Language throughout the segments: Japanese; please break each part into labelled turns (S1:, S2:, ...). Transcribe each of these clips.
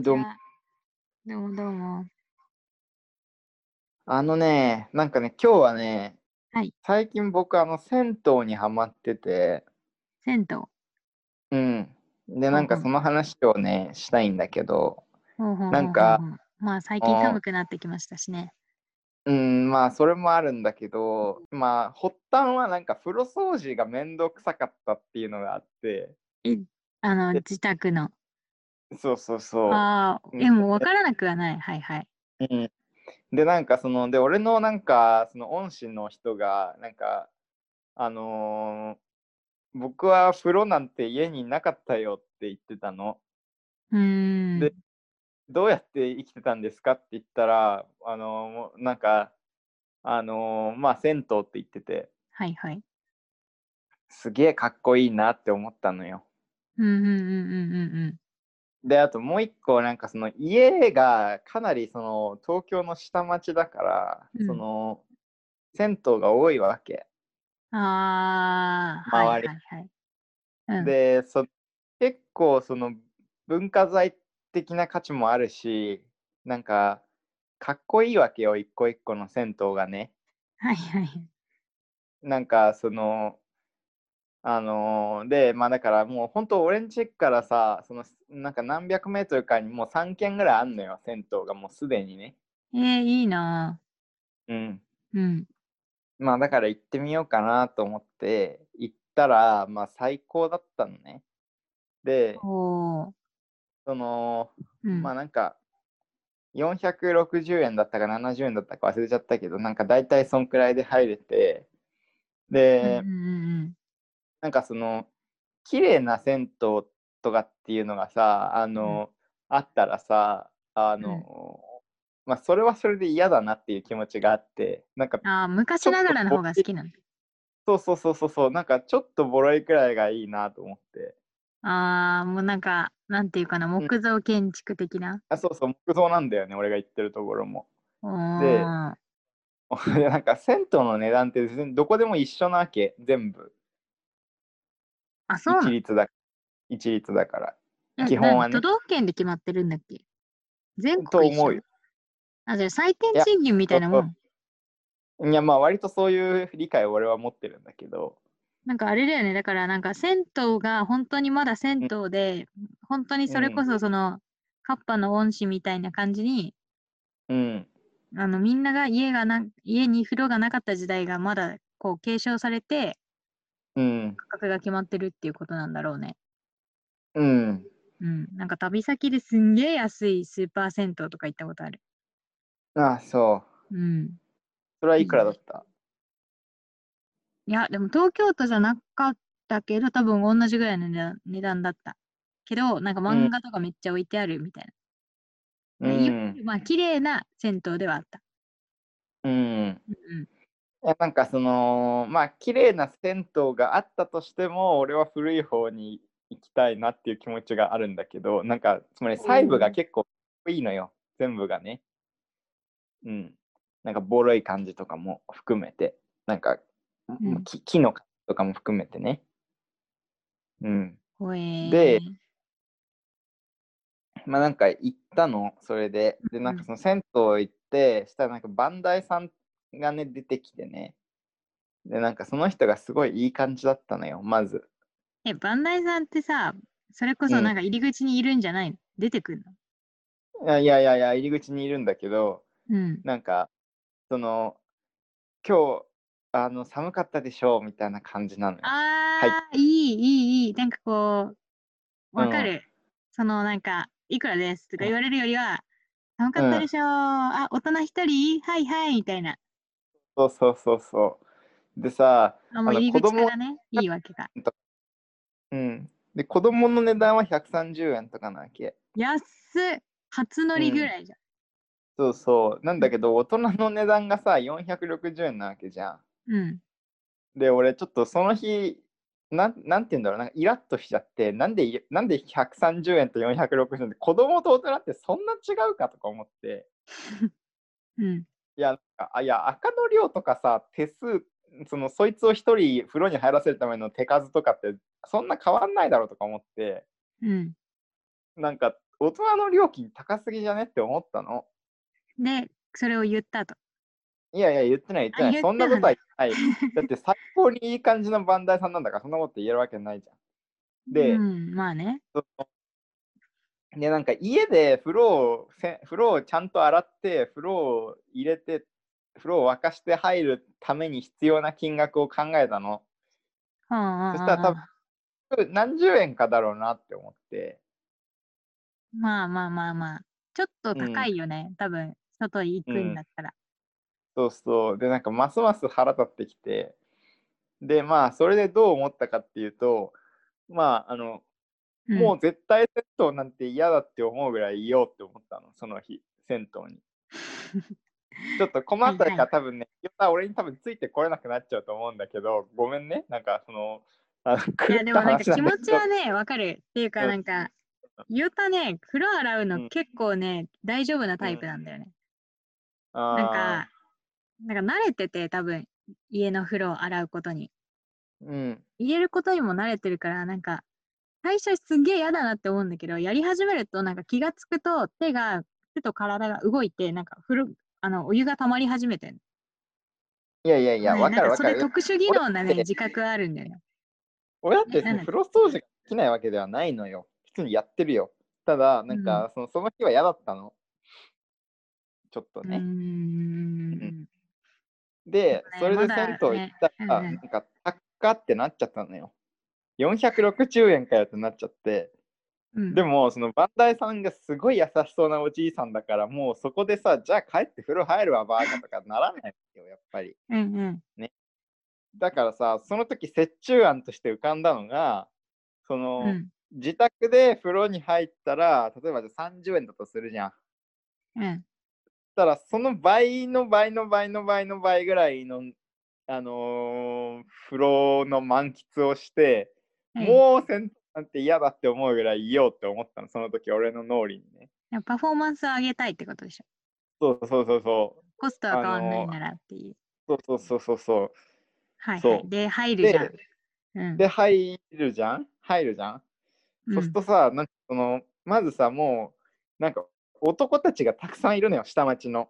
S1: どうも。
S2: や、どうもどうも。
S1: あのね、なんかね、今日はね、
S2: はい
S1: 最近僕、あの、銭湯にハマってて、
S2: 銭湯。ほ
S1: うん。で、なん
S2: う
S1: か
S2: んうん
S1: その話をね、したいんだけど、
S2: うほうほう
S1: なんか
S2: ほうほうまあ最近
S1: あー
S2: 寒くなってきましたしね。
S1: うん、まあ、それもあるんだけど、まあ、発端はなんか風呂掃除がめんどくさかったっていうのがあって、
S2: あの、
S1: で
S2: 自宅の。
S1: そうそうそう。
S2: ああ、
S1: うん
S2: でも分からなくはない。はいはい。
S1: うんでなんかそので俺のなんかその恩師の人がなんかあのー僕は風呂なんて家になかったよって言ってたの
S2: うーん。
S1: でどうやって生きてたんですかって言ったらあのーもうなんかあのーまあ銭湯って言ってて
S2: はいはい。
S1: すげえかっこいいなって思ったのよ
S2: うんうんうんうんうんうん。
S1: であともう一個なんかその家がかなりその東京の下町だから、
S2: うん
S1: その銭湯が多いわけ
S2: ああ、はいは
S1: 周
S2: い
S1: り
S2: はい。うん、
S1: でそ結構その文化財的な価値もあるしなんかかっこいいわけよ一個一個の銭湯がね
S2: はいはい。
S1: なんかそのあのーでまあだからもう本当俺ん家からさそのなんか何百メートルかにもう3軒ぐらいあんのよ銭湯がもうすでにね
S2: えー、いいな
S1: うん
S2: ぁ。うん。
S1: まあだから行ってみようかなと思って行ったらまあ最高だったのねで
S2: おー。
S1: その
S2: うん、
S1: まあなんか、460円だったか70円だったか忘れちゃったけど、なんか大体そんくらいで入れて、で、
S2: うんうん
S1: なんかその、綺麗な銭湯とかっていうのがさ、あの、あったらさ、あの、まあそれはそれで嫌だなっていう気持ちがあって、なんか
S2: うん、、ああ、昔ながらの方が好きなの。
S1: そうそうそうそうそう、なんかちょっとボロいくらいがいいなと思って、
S2: ああ、もうなんか、なんていうかな、木造建築的な。
S1: あ、そうそう、木造なんだよね、俺が行ってるところも。
S2: お
S1: で
S2: ー。
S1: でなんか銭湯の値段って全然どこでも一緒なわけ全部
S2: あ、そうな
S1: 一
S2: の
S1: 律だ一律だから
S2: え
S1: 基本は
S2: 何
S1: ね
S2: 都道府県で決まってるんだっけ全
S1: と
S2: 国一緒
S1: 思うよ
S2: あ、じゃあ最低
S1: いや
S2: 賃金みたいなも
S1: そ
S2: ん。
S1: いやまあ割とそういう理解を俺は持ってるんだけど
S2: なんかあれだよね。だからなんか銭湯が本当にまだ銭湯で、本当にそれこそその、カッパの恩師みたいな感じに、
S1: うん
S2: あのみんなが家がな家に風呂がなかった時代がまだこう継承されて
S1: うん
S2: 価格が決まってるっていうことなんだろうね。
S1: うん
S2: うん。なんか旅先ですんげえ安いスーパー銭湯とか行ったことある。
S1: ああそう
S2: うん。
S1: それはいくらだった
S2: いや、でも東京都じゃなかったけど、多分同じぐらいの値段値段だった。けど、なんか
S1: ん
S2: 漫画とかめっちゃ置いてあるみたいな。
S1: う
S2: いわゆ
S1: ん
S2: るまあ、綺麗な銭湯ではあった。
S1: うん
S2: うん
S1: いやなんかそのまあ綺麗な銭湯があったとしても俺は古い方に行きたいなっていう気持ちがあるんだけどなんかつまり細部が結構いいのよ全部がねうんなんかボロい感じとかも含めてなんか、
S2: ん
S1: 木木の感じとかも含めてねうん
S2: ほえー
S1: でまあなんか行ったのそれでで
S2: うん
S1: なんかその銭湯行ってしたらなんかバンダイさんがね出てきてねでなんかその人がすごいいい感じだったのよまず
S2: え、バンダイさんってさ、それこそ
S1: うん
S2: なんか入り口にいるんじゃないの出てくる
S1: いやいやいやいや入り口にいるんだけど
S2: のうん。
S1: なんかその今日あの寒かったでしょうみたいな感じなのよ
S2: あー、、
S1: はい
S2: いいいいい。なんかこう、わか
S1: うん
S2: る。そのなんか、いくらですとか
S1: うん
S2: 言われるよりは、寒かった
S1: うん
S2: でしょう。あ、大人一人はいはい、みたいな。
S1: そうそうそうそうでさ
S2: あもう
S1: あの
S2: 入り
S1: 子
S2: 口か
S1: 供
S2: らね、いいわけが。
S1: うんで子供の値段は130円とかなわけ
S2: 安っ初乗り
S1: うん
S2: ぐらいじゃ
S1: そうそうなんだけど大人の値段がさ460円なわけじゃん
S2: ん。うん。
S1: で、俺ちょっとその日、なんなんて言うんだろう、なんかイラッとしちゃって、なんでいなんで130円と460円で子供と大人ってそんな違うかとか思って、
S2: うん。
S1: いや、なんかあいや赤の量とかさ、手数、そのそいつを一人風呂に入らせるための手数とかって、そんな変わんないだろうとか思って、
S2: うん。
S1: なんか大人の料金高すぎじゃねって思ったの。
S2: で、それを言ったと。
S1: いやいや、言ってない、言ってな
S2: あ
S1: い。
S2: 言
S1: そんな
S2: った
S1: こ
S2: ん
S1: と
S2: だ
S1: は言ってない。 だって最高にいい感じのバンダイさんなんだから、そんなこと言えるわけないじゃん。で、
S2: うん、まあね。
S1: でなんか家で風呂をせ風呂をちゃんと洗って風呂を入れて風呂を沸かして入るために必要な金額を考えたの
S2: はあ、
S1: そしたら多分何十円かだろうなって思って
S2: まあまあまあまあ。ちょっと
S1: うん
S2: 高いよね、多分、外に行くんだったら。
S1: そうそうでなんかますます腹立ってきてでまあそれでどう思ったかっていうとまああの、
S2: うん
S1: もう絶対銭湯なんて嫌だって思うぐらいいようって思ったのその日銭 湯にちょっと困った
S2: はい
S1: り
S2: は
S1: か多分ね、ヨタ俺に多分ついてこれなくなっちゃうと思うんだけど、ごめんね、なんかその、 あの
S2: いやでもなんか気持ちは
S1: ね、
S2: ね、わかる。っていう
S1: う
S2: か
S1: ん
S2: なんか、ゆうたね、風呂洗う
S1: う
S2: の
S1: ん
S2: 結構ね、大丈夫なタイプなんだよね。
S1: な
S2: なんか、、なんか慣れてて多分、家の風呂を洗うことに。
S1: うん、
S2: 入れることにも慣れてるから、なんか、最初すげえ嫌だなって思うんだけど、やり始めるとなんか気がつくと手が、手と体が動いて、なんか風呂、あの、お湯が溜まり始めてんの
S1: いやいやいや、
S2: ね
S1: わか
S2: なん
S1: る
S2: か
S1: わ
S2: そ
S1: か
S2: れ
S1: る。
S2: 特殊技能なね、
S1: 俺
S2: 自覚あるんだよね。
S1: 俺だっ
S2: な
S1: てそ
S2: んだ
S1: の
S2: っけ
S1: 風呂掃除ができないわけではないのよ。普通にやってるよ。ただ、なんか、そのその日は嫌だったの。ちょっと
S2: うー
S1: ね。
S2: ん。
S1: で、そ
S2: そう
S1: れ
S2: ね
S1: で
S2: まだ
S1: 銭湯行ったら、
S2: ねうんうん
S1: なんか、タッカってなっちゃったのよ。460円かよってなっちゃって。
S2: うん
S1: でもそのバンダイさんがすごい優しそうなおじいさんだからもうそこでさじゃあ帰って風呂入るわバーカとかならないよやっぱり
S2: うんうん。
S1: だからさその時折衷案として浮かんだのがその、
S2: うん
S1: 自宅で風呂に入ったら例えばじゃあ30円だとするじゃん
S2: うん。
S1: たらその倍の倍の倍の倍の倍ぐらいのあのー風呂の満喫をして、
S2: うん
S1: もう銭湯なんて嫌だって思うぐらいいようって思ったのその時俺の脳裏にね
S2: いやパフォーマンスを上げたいってことでしょ。
S1: そうそうそうそう
S2: コストは変わんな
S1: あ
S2: い
S1: の
S2: ならっていう。
S1: そうそうそうそうそ
S2: はい、は
S1: そ。
S2: いうで、入
S1: う。
S2: るじゃ
S1: で
S2: ん。、うん、
S1: で入るじゃん入るじゃん、
S2: うん
S1: そうするとさ、なんかその、まずさ、もう、なんか男たちがたくさんいるのよ、下町の。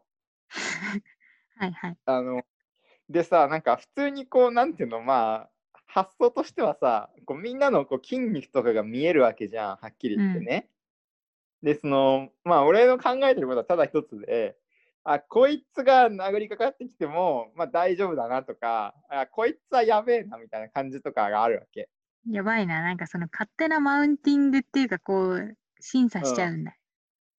S2: はいはい。
S1: あの、でさ、なんか普通にこう、なんていうの、まあ、発想としてはさ、こうみんなのこう筋肉とかが見えるわけじゃん、はっきり言ってね。で、その、まあ、俺の考えてることはただ一つで、あ、こいつが殴りかかってきても、まあ大丈夫だなとか、あ、こいつはやべえなみたいな感じとかがあるわけ。
S2: やばいな、なんかその勝手なマウンティングっていうか、こう、審査しちゃうんだ。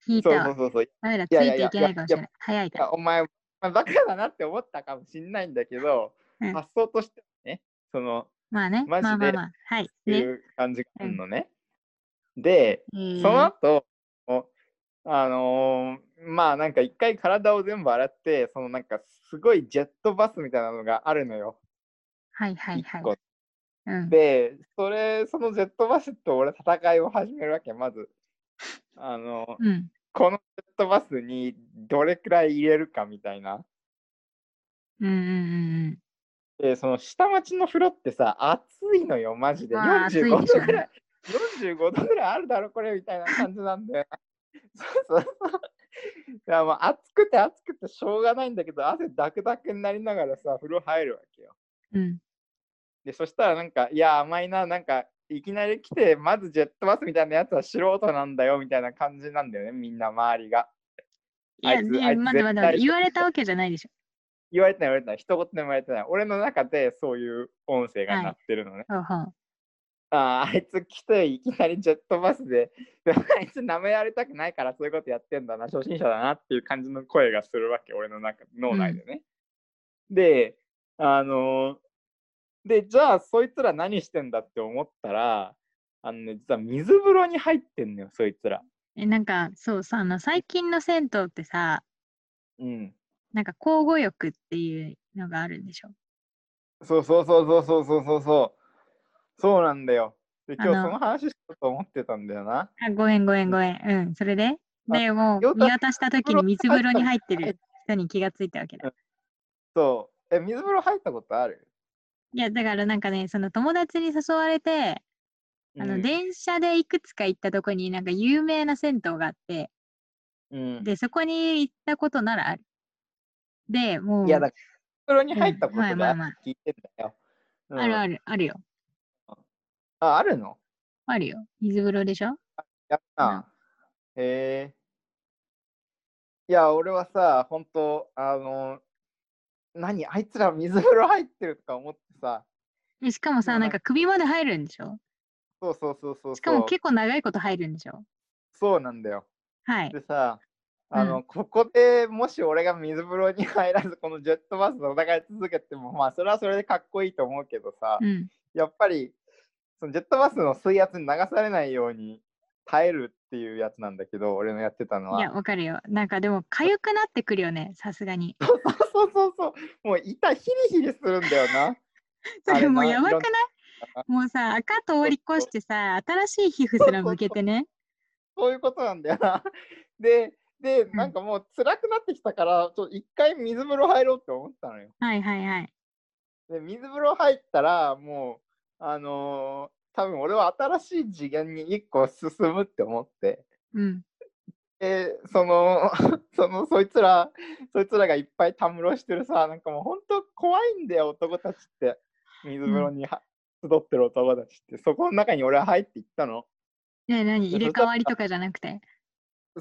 S2: 引いた
S1: そう
S2: わ
S1: そうそうそう。い
S2: ダメだ、つ
S1: やい
S2: い
S1: やい
S2: て
S1: や
S2: いけないかもしれない。早いから。
S1: やお前、お前バカだなって思ったかもしんないんだけど、
S2: うん
S1: 発想としてはね、その、
S2: まあね、ま
S1: マ
S2: あ
S1: ジ
S2: まあ
S1: で
S2: まあ。はい。
S1: い
S2: ね。
S1: う感じがあるのね。で、
S2: えー
S1: その後、おあのーまあなんか一回体を全部洗って、そのなんかすごいジェットバスみたいなのがあるのよ。
S2: はいはいはい
S1: 一。個
S2: うん、
S1: で、それ、そのジェットバスと俺戦いを始めるわけ、ま ず。あのー
S2: うん。
S1: このジェットバスにどれくらい入れるかみたいな。
S2: うんうんうん
S1: で、その下町の風呂ってさ、暑いのよ、マジで。
S2: まあ暑いでしょうね
S1: 45度ぐらい、45度ぐらいあるだろ、これ、みたいな感じなんで。 そうそうそう。いや、もう暑くて暑くてしょうがないんだけど、汗ダクダクになりながらさ、風呂入るわけよ。
S2: うん。うん。
S1: で、そしたらなんか、いや、甘いな、なんか、いきなり来て、まずジェットバスみたいなやつは素人なんだよ、みたいな感じなんだよね、みんな周りが。
S2: いや、
S1: あいつ
S2: い
S1: あ
S2: や
S1: いつ
S2: 待って待って待って、
S1: 絶対
S2: 言われたわけじゃないでしょ。
S1: 言われてない、言われてない、一言でも言われてない。俺の中でそういう音声が鳴ってるのね。
S2: ほうほう
S1: あーあいつ来ていきなりジェットバスで、でもあいつ舐められたくないからそういうことやってんだな、初心者だなっていう感じの声がするわけ、俺の中脳内でね。で、あのーで、じゃあそいつら何してんだって思ったら、あのね、実は水風呂に入ってんのよ、そいつら。
S2: え、なんか、そうさ、あの、最近の銭湯ってさ、
S1: うん。
S2: なんか交互浴っていうのがあるんでしょ。
S1: そうそうそうそうそうそうそうそう。そうなんだよ。で、今日
S2: あの
S1: その話しようと思ってたんだよな。
S2: あ、ごめんごめんごめん。うん、それで
S1: あ
S2: でも
S1: ヨ
S2: う
S1: タ
S2: 見渡した時に水
S1: 水
S2: 風
S1: 風
S2: 呂
S1: 呂
S2: に
S1: に
S2: 入ってる人に気がついたわけだ。
S1: そう。え、水風呂入ったことある
S2: いや、だからなんかね、その友達に誘われて、あの
S1: うん、
S2: 電車でいくつか行ったとこになんか有名な銭湯があって、
S1: うん、
S2: で、そこに行ったことならある。で、もう、
S1: いや、だから、袋に入ったこと
S2: うんまあま
S1: が
S2: あま
S1: 聞いてんだよ。うん
S2: あるある、あるよ。
S1: あ、あるの
S2: あるよ。水風呂でしょ
S1: やったん。へえ。いや、俺はさ、本当あの、何、あいつら水風呂入ってるとか思ってさ、
S2: でしかも
S1: ま
S2: さ、
S1: あま
S2: な
S1: あ
S2: んか首まで入るんでしょ
S1: そうそうそうそうそう。
S2: しかも結構長いこと入るんでしょ
S1: そうなんだよ。
S2: はい。
S1: でさ、
S2: うん
S1: あの、ここでもし俺が水風呂に入らず、このジェットバスで戦い続けても、まあ、それはそれでかっこいいと思うけどさ、
S2: うん。
S1: やっぱり、そのジェットバスの水圧に流されないように耐えるっていうやつなんだけど、俺のやってたの
S2: い
S1: は。
S2: や、わかるよ。なんかでも、痒くなってくるよね、さすが に。
S1: そうそうそう。もう痛い、ヒリヒリするんだよな。
S2: そ
S1: あ
S2: れ
S1: れ
S2: もう
S1: な
S2: やば
S1: い
S2: くな
S1: ろ
S2: い
S1: ん
S2: もうさ、赤通り越してさ、新しい皮膚すら向けてね。
S1: そういうことなんだよな。 で、で、なんかもう辛くなってきたから、ちょっと一回水風呂入ろうって思ったのよ。
S2: はいはいはい。
S1: で、水風呂入ったら、もう、あのー多分俺は新しい次元に一個進むって思って。
S2: うん。
S1: で、その、 その、そいつら、そいつらがいっぱいたむろしてるさ、なんかもう本当怖いんだよ、男たちって。水風呂には集ってる男たちって。そこの中に俺は入っていったの。
S2: ねえ、何入れ
S1: そした
S2: 替わりとかじゃなくて。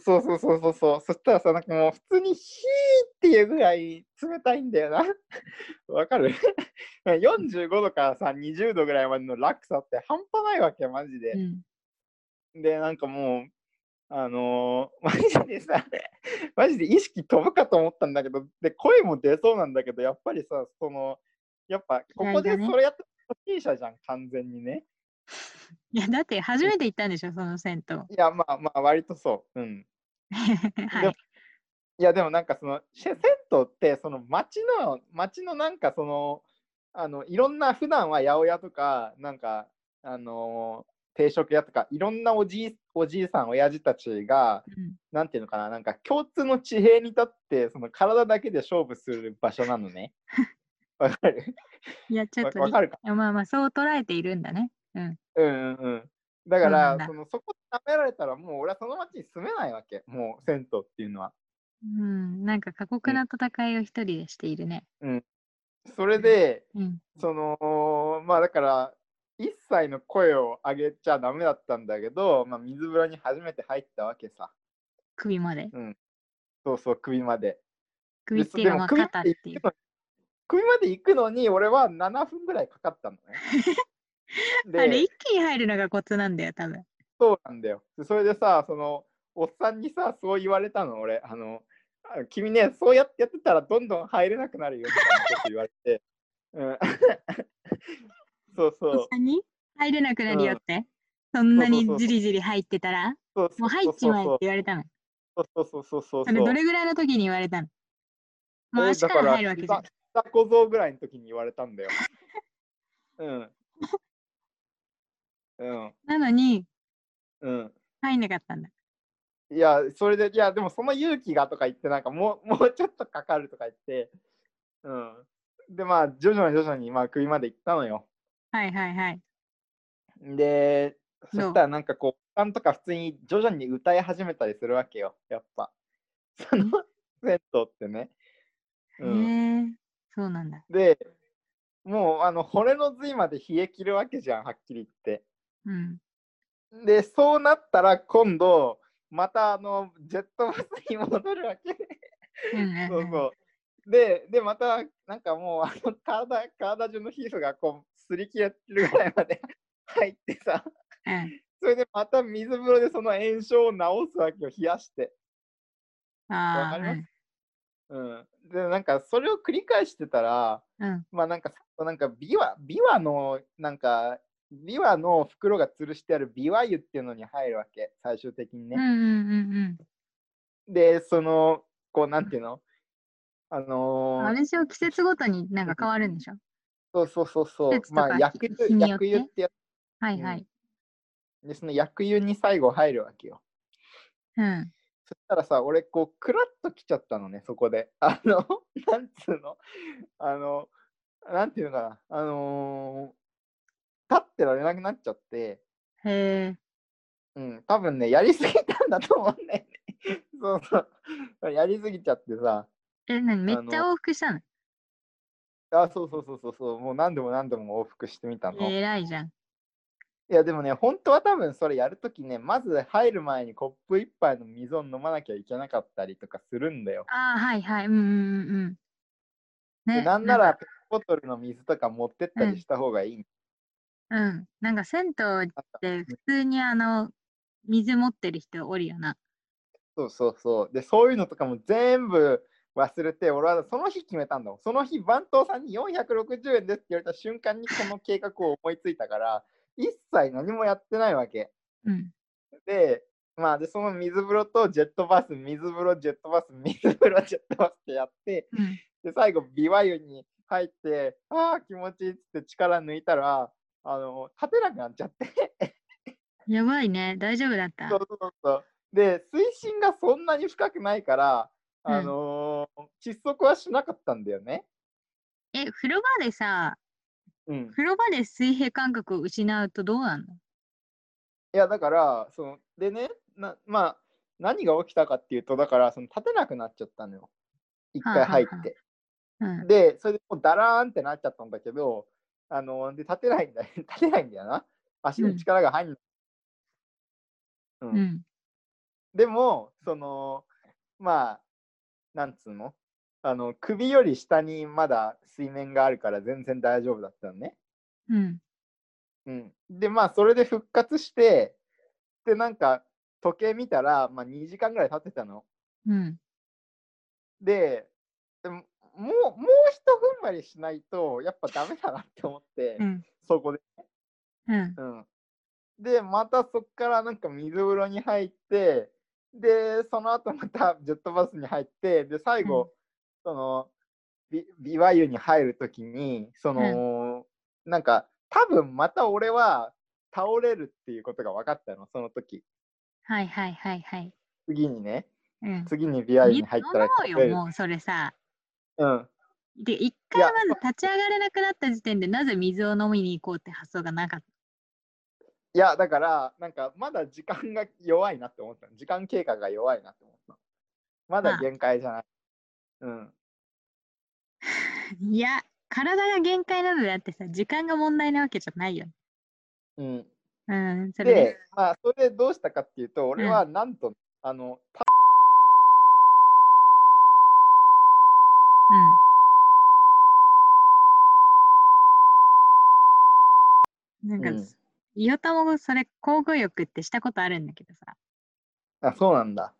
S1: そうそうそうそうそう。そしたらさ、なんかもう普通にヒーっていうぐらい冷たいんだよな。 わかる ?45 度からさ、20度ぐらいまでの落差って半端ないわけよ、マジ
S2: う
S1: で。
S2: ん。
S1: で、なんかもう、あのー、マ ジでさ、マジで意識飛ぶかと思ったんだけど、で、声も出そうなんだけど、やっぱりさ、その、やっぱここで
S2: 気合がね
S1: それやった初心者じゃん、完全にね。
S2: いや、だって初めて行ったんでしょ、その銭湯。
S1: いや、まあまあ、割とそう。うん。
S2: は
S1: でも
S2: い。
S1: いやでもなんかそのシェ銭湯ってその町の町のなんかそのあのいろんな普段は八百屋とかなんかあのー定食屋とかいろんなおじいおじいさん親父たちが
S2: うん
S1: なんていうのかななんか共通の地平に立ってその体だけで勝負する場所な のね。わかる
S2: いや、ちょっ
S1: わ
S2: と
S1: わ
S2: り
S1: かるか
S2: いやまあまあ、そう捉えているんだね。うん。
S1: うんうんうん。だ
S2: そ
S1: か
S2: うなん
S1: ら
S2: だ
S1: そのそこで舐められたらもう俺はその町に住めないわけもう銭湯っていうのは。
S2: うん。なんか過酷
S1: うん
S2: な戦いを一人でしているね。
S1: それで、
S2: うん。
S1: そのまあだから一切の声を上げちゃダメだったんだけど、まあ、水風呂に初めて入ったわけさ
S2: 首まで。
S1: そうそう首まで
S2: 首っていうか、まあ、
S1: でも
S2: 肩っていう。
S1: 首まで行くのに俺は7分ぐらいかかっ たの
S2: あ
S1: ね
S2: れ、
S1: で
S2: 一気に入るのがコツなんだよ、多分。
S1: そうなんだよそれでさそのおっさんにさそう言われたの俺あのあ君ねそうやってやってたらどんどん入れなくなるよみたいなこと言われて、うん、 そうそう
S2: おっさんに入れなくなるよ
S1: うん
S2: って。そんなに
S1: そうそうそう
S2: じりじり入ってたら、
S1: そう
S2: もう入っちまえって言われたの。
S1: そうそうそうそうそうそう
S2: それどれぐらいの時に言われたのもう
S1: え
S2: 足
S1: だ
S2: か
S1: からら
S2: 入るわけじゃん。
S1: 膝小僧ぐらいの時に言われた んだよ。うん。うん。
S2: なのに、
S1: うん。
S2: 入んなかったんだ。
S1: いや、それで、いや、でもその勇気がとか言って、なんかもう、も うちょっとかかるとか言って、うん。で、まあ、徐々に徐々に、まあ、首まで行ったのよ。
S2: はいはいはい。
S1: で、そ
S2: どう
S1: したらなんかこう、おっさんとか普通に徐々に歌い始めたりするわけよ、やっぱ。 その、セットってね。うん。
S2: へえ、そうなんだ。
S1: で、もうあの骨の髄まで冷え切るわけじゃん、はっきり言って。
S2: うん。
S1: で、そうなったら今度、またあのジェットバスに戻るわけ。
S2: うんうん
S1: そう
S2: うん
S1: そう。で、で、また、なんかもう、あの体、体中の皮膚がこう、すり切れてるぐらいまで入ってさ、
S2: うん
S1: それでまた水風呂でその炎症を治すわけを冷やして。わ
S2: あ
S1: か
S2: あ、
S1: り
S2: う
S1: ます
S2: ん
S1: うん。で、なんか、それを繰り返してたら、
S2: うん。
S1: まあなんかさ、なんか琵琶、琵琶の、なんか、琵琶の袋が吊るしてある琵琶湯っていうのに入るわけ、最終的に
S2: うんう
S1: ね。
S2: んうん
S1: で、その、こう、なんていうのあの
S2: うん。
S1: ー
S2: あれでしょ、季節ごとになんか変わるんでしょ。
S1: そうそうそうそ
S2: 季
S1: う
S2: 節、と
S1: ま
S2: か
S1: あ、
S2: 日
S1: 薬
S2: 日
S1: 湯、
S2: によっ
S1: 薬湯っててや
S2: はい
S1: うん
S2: はい。
S1: つで、その薬湯に最後入るわけよ。
S2: うん。
S1: そしたらさ、俺、こう、くらっと来ちゃったのね、そこで。 あの、なんつうのあの、なんていうのかな、あのー立ってられなくなっちゃって、
S2: へえ。
S1: うん、多分ね、やりすぎたんだと思うんだよね。 そうそう。やりすぎちゃってさ、
S2: え、なにめっちゃ往復したの
S1: あ、そうそうそうそうそう、もう何度も何度も往復してみたの。
S2: えらいじゃん。
S1: いや、でもね、本当は多分それやるときね、まず入る前にコップ一杯の水を飲まなきゃいけなかったりとかするんだよ。
S2: ああ、はいはい。うんうんうんうん。
S1: で
S2: ね、
S1: なんな
S2: から
S1: ペットボトルの水とか持ってった
S2: うん
S1: りした方がいいんだ
S2: うん。なんか銭湯って普通にあの、水持ってる人おるよな。
S1: そうそうそう。で、そういうのとかも全部忘れて、俺はその日決めたんだもん。その日、番頭さんに460円ですって言われた瞬間にこの計画を思いついたから、一切何もやってないわけ。
S2: うん。
S1: で、まあ、で、その水風呂とジェットバス、水風呂、ジェットバス、水風呂、ジェットバスってやって、
S2: うん。
S1: で、最後、ビワ湯に入って、ああ、気持ちいいっつって力抜いたら、あの、立てなくなっちゃって。
S2: やばいね。大丈夫だった
S1: そう。そうそうそう。で、水深がそんなに深くないから、あ
S2: うん
S1: のー窒息はしなかったんだよね。
S2: え、風呂場でさ、
S1: うん。
S2: 風呂場で水平感覚を失うとどうなんの
S1: いや、だから、その、でね、なまあ、何が起きたかっていうと、だから、その立てなくなっちゃったのよ。一
S2: はあはあ
S1: 回入っ
S2: はあ
S1: て。
S2: うん。
S1: で、それでもうダラーンってなっちゃったんだけど、あのーで、立てないんだよ。 立てないんだよな。足
S2: う
S1: に
S2: ん
S1: 力が入んない。うん
S2: うん。
S1: でも、その、まあ、なんつうのあの、首より下にまだ水面があるから全然大丈夫だったのね。
S2: うん。
S1: うん。で、まあ、それで復活して、で、なんか、時計見たら、まあ、2時間ぐらい経ってたの。
S2: うん。
S1: で、でももう、もうひと踏ん張りしないと、やっぱダメだなって思って、
S2: うん。
S1: そこで。
S2: うん。
S1: うん。で、またそっからなんか水風呂に入って、で、その後またジェットバスに入って、で、最後、その、ビビワ湯に入るときに、その、なんか、多分また俺は倒れるっていうことが分かったの、その時。
S2: はいはいはいはい。
S1: 次にね、
S2: うん。
S1: 次にビワ湯に入ったら倒
S2: 飲もう
S1: れ
S2: よ、
S1: る。
S2: もうそれさ。
S1: うん。
S2: で、一
S1: い
S2: 回
S1: や
S2: まず立ち上がれなくなった時点で、なぜ水を飲みに行こうって発想がなかっ
S1: いや、だから、なんか、まだ時間が弱いなって思ったの。時間経過が弱いなって思ったの。ま
S2: ま
S1: だ
S2: あ
S1: 限界じゃない。うん。
S2: た。いや、体が限界なのであってさ、時間が問題なわけじゃないよ。
S1: うん。
S2: うん、それで。
S1: で、まあ、それでどうしたかっていうと、俺はなんと、あの、
S2: うん。なんか、
S1: うん
S2: いよたもそれ、交互浴ってしたことあるんだけどさ。
S1: あ、そうなんだ。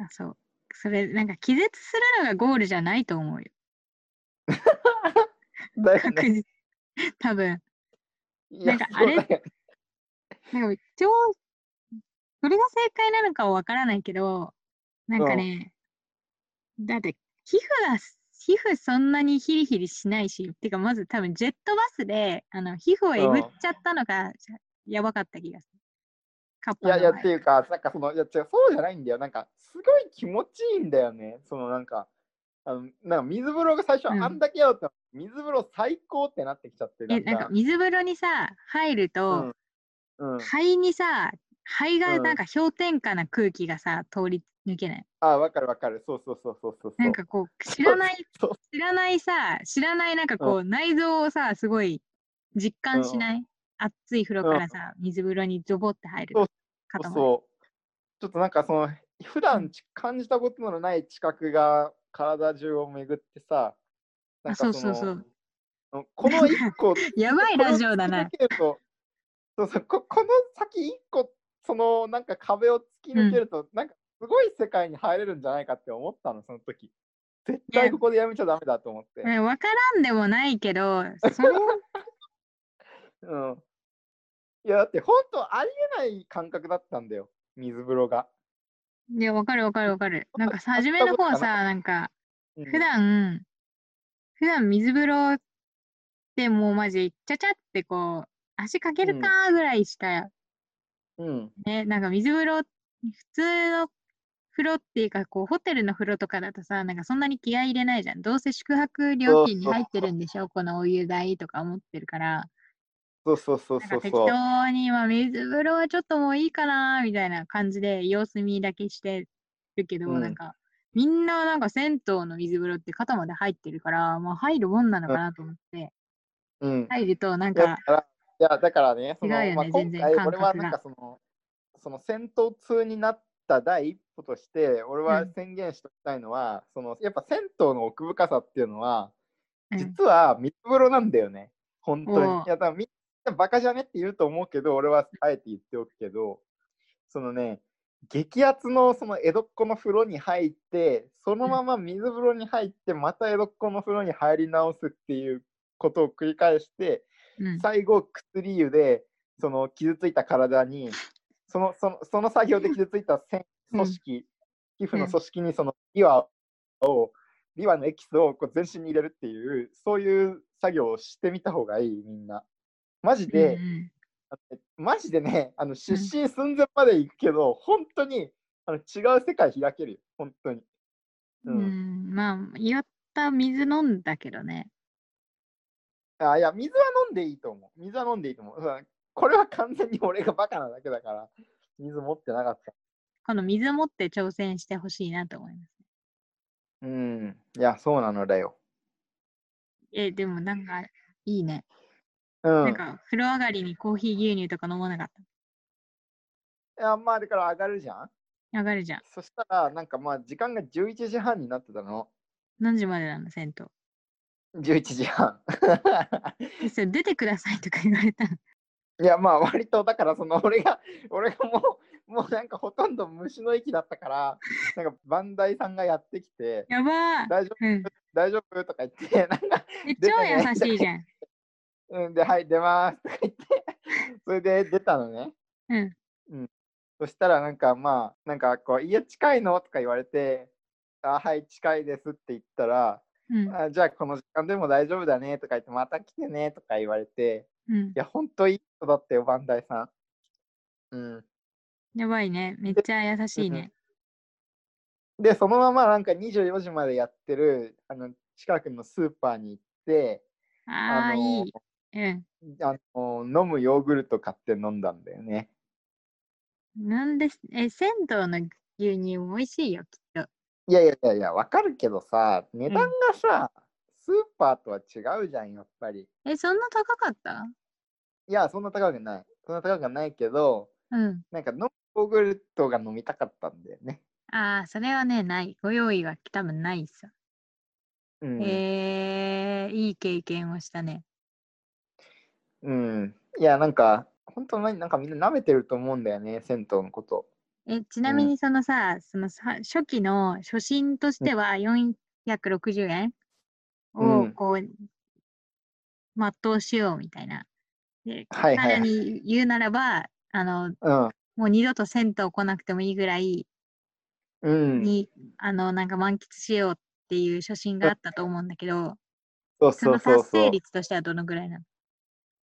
S2: あそう。それ、なんか気絶するのがゴールじゃないと思うよ。
S1: だよ
S2: 確
S1: ね。
S2: 実。 多分。
S1: いや
S2: なんか
S1: そうだよね
S2: なんか一応、それが正解なのかはわからないけど、なんか
S1: うん
S2: ね、だって、皮膚が、皮膚そんなにヒリヒリしないし、てかまず多分ジェットバスで、あの、皮膚をえぐっ
S1: うん
S2: ちゃったのが、やばかった気がする。カッ
S1: い
S2: パ
S1: や
S2: の
S1: いや、
S2: 場合
S1: っていうか、なんかその、いや、違う、そうじゃないんだよ。なんか、すごい気持ちいいんだよね。その、なんか、あのなんか水風呂が最初、
S2: うん
S1: あんだけやだったのに水風呂最高ってなってきちゃって、
S2: え、なんか水風呂にさ、入ると、
S1: うん。
S2: 肺にさ、肺が
S1: うん
S2: なんか氷点下な空気がさ、通り抜けない。
S1: あ、わかるわかる。そうそうそうそうそうそう。
S2: なんかこう、知らない
S1: そう、
S2: 知らないさ、知らないなんかこう、内臓をさ、すごい実感しない。熱い風呂からさ、水風呂にゾボって入る
S1: そう
S2: かと
S1: そう
S2: 思う。
S1: そう。ちょっとなんかその、普段ち感じたことのない知覚が体中を巡ってさ、なん
S2: あ、
S1: か
S2: そう
S1: の
S2: そうそう。
S1: この一 個、
S2: やばい
S1: これを
S2: ラジオだ
S1: 突
S2: な
S1: き。抜けると。そうそうこ、この先一個、そのなんか壁を突き抜けると、なんかすごい世界に入れるんじゃないかって思ったの、その時。絶
S2: いや
S1: 対ここでやめちゃダメだと思って。
S2: うんわからんでもないけど、それは
S1: うん。いや、だって本当ありえない感覚だったんだよ、水風呂が。
S2: いや、わかるわかるわか る。なんかさ、
S1: あ
S2: 初めの方
S1: あったこと
S2: さ、なんか、
S1: うん
S2: 普段、普段水風呂ってもうマジ、ちゃちゃってこう、足かけるかーぐらいした
S1: うん。
S2: ね、なんか水風呂、普通の風呂っていうか、こう、ホテルの風呂とかだとさ、なんかそんなに気合い入れないじゃん。どうせ宿泊料金に
S1: そうそ
S2: 入
S1: う
S2: ってるんでしょ、このお湯代とか思ってるから、
S1: そうそうそう
S2: なん
S1: そ
S2: か
S1: う
S2: 適
S1: そう。
S2: 当に、まあ、水風呂はちょっともういいかなみたいな感じで様子見だけしてるけど、
S1: うん
S2: なんかみんななんか銭湯の水風呂って肩まで入ってるから、まあ、入るもんなのかなと思って、
S1: うん。
S2: 入るとなん
S1: だか、
S2: から
S1: いや、だからね、その、
S2: 違うよね
S1: まあ、今
S2: 全然
S1: 回、
S2: 感
S1: 俺は
S2: 覚が
S1: なんかその、その戦闘通になった第一歩として、俺は
S2: うん
S1: 宣言しておきたいのは、その、やっぱ銭湯の奥深さっていうのは、
S2: うん
S1: 実は水風呂なんだよね。本当
S2: お
S1: に。
S2: う
S1: いや、多分みんなバカじゃねって言うと思うけど、俺はあえて言っておくけど、そのね、激アツのその江戸っ子の風呂に入って、そのまま水風呂に入って、また江戸っ子の風呂に入り直すっていうことを繰り返して、
S2: うん
S1: 最後、薬湯で、その傷ついた体に、そのそのその作業で傷ついた線組織、皮膚の組織にそのビワを、ビワのエキスをこう全身に入れるっていう、そういう作業をしてみた方がいい、みんな。マジで、
S2: うん
S1: マジでね、あの出身寸前まで行くけど、本当にあの違う世界開けるよ、本当に。
S2: うんうんまあ言った水飲んだけどね
S1: あいや、水は飲んでいいと思う。水は飲んでいいと思う。うんこれは完全に俺がバカなだけだから、水持ってなかった。
S2: この水持って挑戦してほしいなと思います
S1: うん。いや、そうなのだよ。
S2: えでもなんかいいね、
S1: うん。
S2: なんか風呂上がりにコーヒー牛乳とか飲まなかっ
S1: いや、まあ、だから上がるじゃん。
S2: た上がるじゃん
S1: そしたら、なんかまあ、時間が11時半になってたの。
S2: 何時までなんだ銭湯
S1: 11時半。
S2: えそれ出てくださいとか言われたの
S1: いや、まあ、割と、だから、その、俺が、俺がもう、もうなんかほとんど虫の息だったから、なんか、バンダイさんがやってきて、
S2: やばー
S1: 大丈夫、
S2: うん、
S1: 大丈夫とか言って、なんか、
S2: え
S1: 出
S2: 超
S1: たね
S2: 優しいじゃん。
S1: うん、で、はい、出ますとか言って、それで出たのね。
S2: うん。
S1: うん。そしたら、なんか、まあ、なんか、こう、家近いのとか言われて、あ、はい、近いですって言ったら、
S2: うん
S1: あじゃあこの時間でも大丈夫だねとか言ってまた来てねとか言われて
S2: うん
S1: い、やほんといい人だったよバンダイさん。うん、
S2: やばいね。めっちゃ優しい ね。
S1: でそのままなんか24時までやってるあの近くのスーパーに行って
S2: ああ、
S1: の
S2: いい。うん。
S1: あの飲むヨーグルト買って飲んだんだよね。
S2: なんです、え、銭湯の牛乳も美味しいよ、きっと。
S1: いやいやいやいやわかるけどさ値段がさ、スーパーとは違うじゃんやっぱり。
S2: え、そんな高かった
S1: いやそんな高くないそんな高くないけど
S2: うん。
S1: なんか飲むヨーグルトが飲みたかったんだよね。
S2: ああ、それはね、ない。ご用意が多分ないっすよ。
S1: うん
S2: えー、いい経験をしたね。
S1: うん。いや、なんか、本当になんかみんな舐めてると思うんだよね、銭湯のこと。
S2: え、ちなみにそのさ、そのさ初期の初心としては460円
S1: う
S2: を
S1: ん
S2: こう、全うしようみたいな。で、
S1: はい
S2: さ
S1: は
S2: ら
S1: いはい。
S2: に言うならば、あの、
S1: うん。
S2: もう二度と銭湯来なくてもいいぐらい
S1: うん。
S2: に、あの、なんか満喫しようっていう初心があったと思うんだけど、
S1: そう
S2: そ
S1: そ
S2: の
S1: うそう
S2: 達
S1: そ
S2: 成
S1: う。
S2: 率としてはどのぐらいなの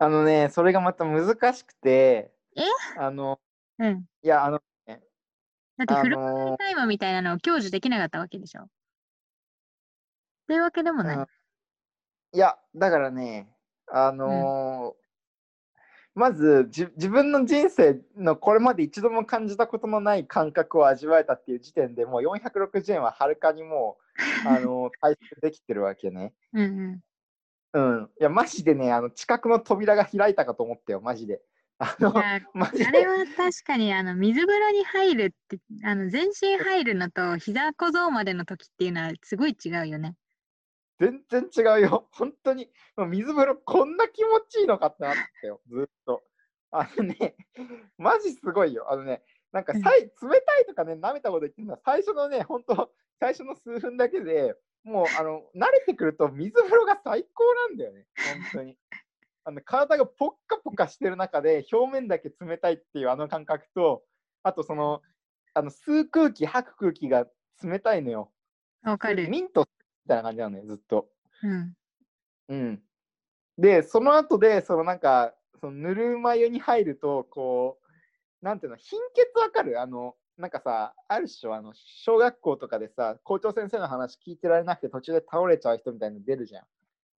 S1: あのね、それがまた難しくて、
S2: え
S1: あの、
S2: うん。
S1: いや、あの、
S2: だって
S1: あ
S2: フル
S1: の
S2: タイマーみたいなのを享受できなかったわけでしょっていうわけでもない。
S1: うんいや、だからね、あのーまずじ自分の人生のこれまで一度も感じたことのない感覚を味わえたっていう時点でもう460円ははるかにもう、あのー回復できてるわけね。
S2: うん うん。
S1: うん。いや、マジでね、あの、近くの扉が開いたかと思ったよ、マジで。あの
S2: い、や
S1: マジ
S2: あ
S1: で
S2: れ。は確かにあの水風呂に入るってあの全身入るのと膝小僧までの時っていうのはすごい違うよね。
S1: 全然違うよ。 本当に、もう水風呂こんな気持ちいいのかってなったよ、ずっと。あのね、 マジすごいよ。あのね、なんか
S2: うん
S1: さい冷たいとかね、舐めたこと言ってるのは、最初のね、本当最初の数分だけでもう、あの、慣れてくると水風呂が最高なんだよね、本当に。あの体がポッカポカしてる中で、表面だけ冷たいっていうあの感覚と、あとその、あの吸う空気、吐く空気が冷たいのよ。
S2: わかる。
S1: ミントみたいな感じなのよ、ずっと。
S2: うん。
S1: うん、でその後でそのなんかそのぬるま湯に入るとこうなんていうの貧血わかるあのなんかさあるっしょあの小学校とかでさ校長先生の話聞いてられなくて途中で倒れちゃう人みたいなの出るじゃん。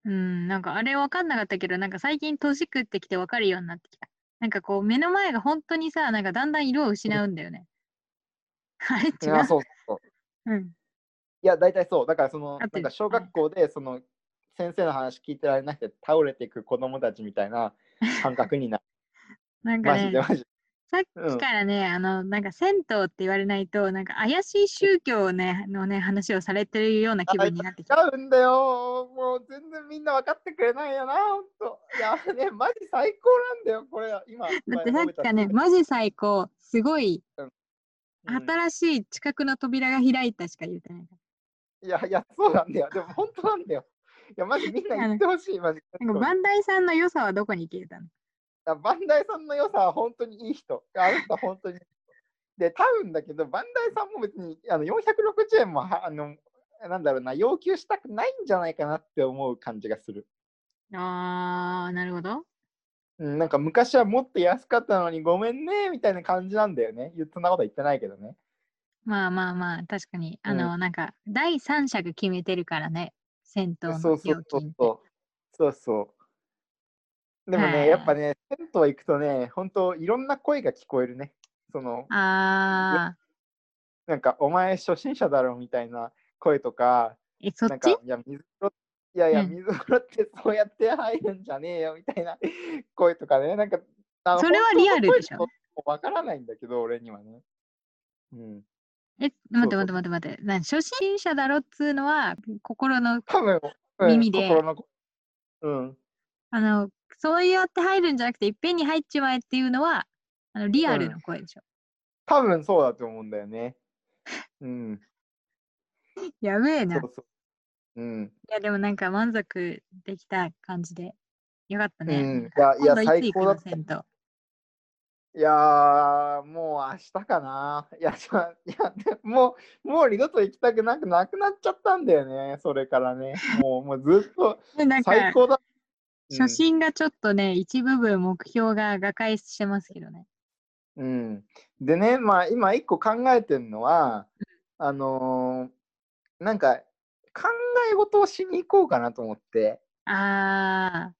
S2: うん、なんかあれ分かんなかったけど、なんか最近年食ってきて分かるようになってきた。なんかこう目の前が本当にさ、なんかだんだん色を失うんだよね。 あれ違
S1: いや
S2: う。
S1: そうそう
S2: うん。
S1: いや大体そうだからその
S2: 合って
S1: な
S2: る
S1: んか小学校でその先生の話聞いてられなくて倒れていく子供たちみたいな感覚になる
S2: なんか
S1: マジ
S2: ね
S1: で、マジで
S2: さっ
S1: う
S2: き
S1: ん
S2: からね、あの、なんか銭湯って言われないと、なんか怪しい宗教ね、のね、話をされてるような気
S1: あ
S2: 分になってきた。
S1: 違うんだよもう全然みんな分かってくれないよなほんといやねマジ最高なんだよこれ今
S2: だってさ
S1: 前
S2: っき
S1: 述べ
S2: か
S1: た
S2: らね、マジ最高、すごい、
S1: うん
S2: 新しい知覚の扉が開いたしか言ってないか
S1: いやいやそうなんだよでも本当なんだよいやマジみんな言ってほしいマジ
S2: ら。なんかバンダイさんの良さはどこに消えたの
S1: あバンダイさんの良さは本当にいい人。あの人は本当にいい人。で、多分だけど、バンダイさんも別にあの460円もはあの、なんだろうな、要求したくないんじゃないかなって思う感じがする。
S2: あー、なるほど。
S1: うんなんか昔はもっと安かったのにごめんねみたいな感じなんだよね。言そんなことは言ってないけどね。
S2: まあまあまあ、確かに。あ
S1: うん
S2: の、なんか、第三者が決めてるからね、銭湯の
S1: そうそ
S2: 料
S1: うそう
S2: 金って。
S1: そう。そうそう。でも
S2: は
S1: ね、
S2: い
S1: やっぱね、銭湯行くとね、本当いろんな声が聞こえるね。その、
S2: あ
S1: なんか、お前初心者だろみたいな声とか、
S2: ー、え、そ
S1: な
S2: っ
S1: んか、い
S2: ち
S1: や、水風呂、いやいや、
S2: うん
S1: 水風呂ってそうやって入るんじゃねえよみたいな 声とかね、なんか、あの
S2: それはリアルでしょ。
S1: 本当の声とかわからないんだけど、俺にはね。うん。
S2: え、待って待って待って待って。な初心者だろっつうのは、心の、
S1: 多分、うん
S2: 耳で
S1: 心の声うん。
S2: あの、そうやって入るんじゃなくて、いっぺんに入っちまえっていうのは、あのリアル
S1: うん
S2: の声でしょ。
S1: 多分そうだと思うんだよね。うん。
S2: やべえな。
S1: そ
S2: いう
S1: そう。うん。
S2: や、でもなんか満足できた感じで、よかった
S1: う
S2: ね。
S1: ん、いや、いや、
S2: 今度いつ
S1: 最
S2: 行く
S1: 高だ
S2: の
S1: った。い
S2: 銭湯。
S1: やー、もう明日かな。いや、ちょいやでもう、もう二度と行きたくなくなくなっちゃったんだよね、それからね。もう、もうずっと。
S2: でなんか、
S1: 最高だ。うん
S2: 初心がちょっとね、一部分目標が瓦解してますけどね。
S1: うん、でね、まあ、今一個考えてるのはあのーなんか考え事をしに行こうかなと思って
S2: あ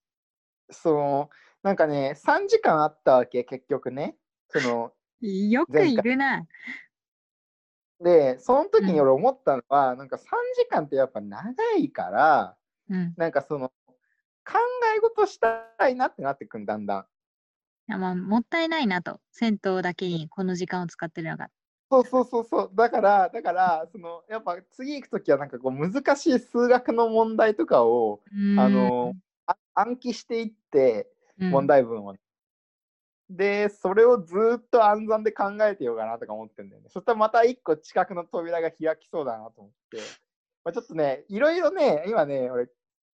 S1: そのなんかね3時間あったわけ結局ねその
S2: ー、よく
S1: 前
S2: い
S1: 回
S2: るな。
S1: でその時
S2: うん
S1: に俺思ったのは、なんか3時間ってやっぱ長いから
S2: うん。
S1: なんかその考え事したいなってなってくんだんだん。
S2: あまあ、もったいないなと。銭湯だけにこの時間を使ってるのが。
S1: そうそうそうそうだからだからそのやっぱ次行く時はなんかこう難しい数学の問題とかをあのあ暗記していって
S2: うん、
S1: 問題文を、でそれをずーっと暗算で考えてようかなとか思ってんだよねそしたらまた一個近くの扉が開きそうだなと思って、まあ、ちょっとねいろいろね今ね俺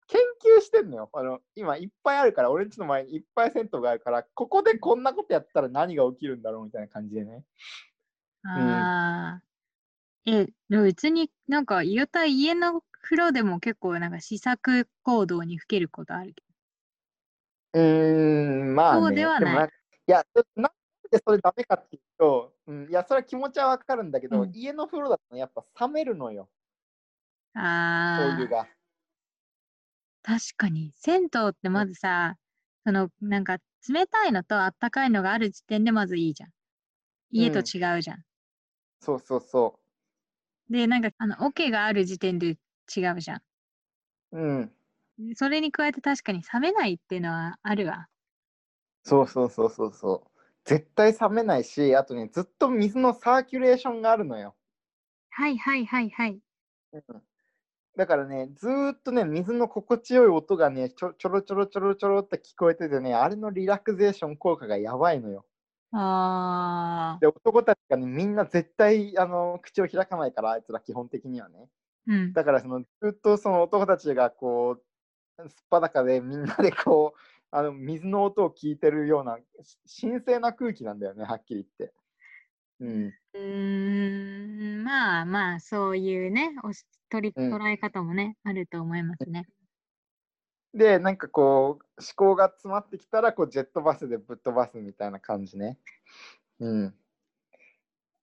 S1: 研究してんのよあの今いっぱいあるから俺んちの前にいっぱい銭湯があるからここでこんなことやったら何が起きるんだろうみたいな感じでね
S2: ああ。え、でも別になんか、言うたら家の風呂でも結構なんか試作行動にふけることあるけ
S1: うーん、まあ、ね、
S2: そうではない
S1: もんかいや、ちょっとなんでそれダメかっていうと、うん、いや、それは気持ちはわかるんだけど、
S2: うん
S1: 家の風呂だとやっぱ冷めるのよ、
S2: ど。
S1: お
S2: あ
S1: 湯
S2: あ。
S1: が。
S2: 確かに。銭湯ってまずさ、その、なんか、冷たいのとあったかいのがある時点でまずいいじゃん。家と
S1: うん
S2: 違うじゃん。
S1: そうそうそ
S2: で、なんか、あの、桶がある時点で違うじゃ
S1: う。うん。
S2: ん。それに加えて確かに冷めないっていうのはあるわ。
S1: そうそうそうそうそう。絶対冷めないし、あとね、ずっと水のサーキュレーションがあるのよ。
S2: はいはいはいはい。
S1: うん、だからね、ずーっとね、水の心地よい音がね、ちょちょろちょろちょろちょろって聞こえててね、あれのリラクゼーション効果がやばいのよ。
S2: ああ。
S1: で男たちがねみんな絶対あの口を開かないからあいつら基本的にはね
S2: うん。
S1: だからそのずっとその男たちがこうすっぱだかでみんなでこう あの水の音を聞いてるようなし神聖な空気なんだよねはっきり言って。うん、
S2: うーん、まあまあ、そういうね、おし取り
S1: うん
S2: 捉え方もね、あると思いますね。
S1: でなんかこう思考が詰まってきたらこうジェットバスでぶっ飛ばすみたいな感じね。うん、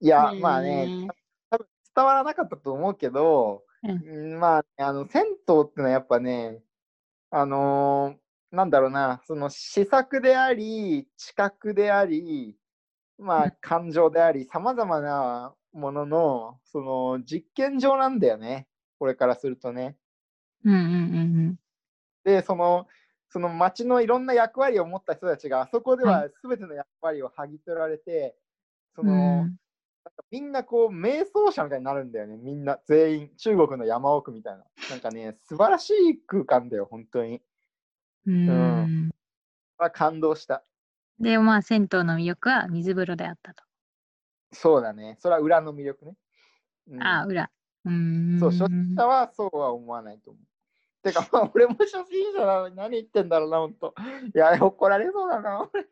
S1: いやまあね
S2: ね
S1: 多分伝わらなかったと思うけど、
S2: うん
S1: うんまあね、あの銭湯ってのはやっぱねあのーなんだろうな、その試作であり、知覚であり、ま
S2: うん
S1: あ、感情であり、さまざまなものの、その実験場なんだよね、これからするとね。
S2: うんうんうん
S1: で、その、その町のいろんな役割を持った人たちが、あそこでは全ての役割を剥ぎ取られて、そ
S2: うん。
S1: の、
S2: うん
S1: みんなこう瞑想者みたいになるんだよね、みんな全員、中国の山奥みたいな。なんかね、素晴らしい空間だよ、本当に。
S2: うん
S1: あ感動した。
S2: で、まあ、銭湯の魅力は水風呂であったと。
S1: そうだね、それは裏の魅力ね。うん
S2: ああ、裏。うーん。
S1: そう、初心者はそうは思わないと思う。てか、まあ、俺も初心者なのに何言ってんだろうな、ほんと。いや、怒られそうだな、俺。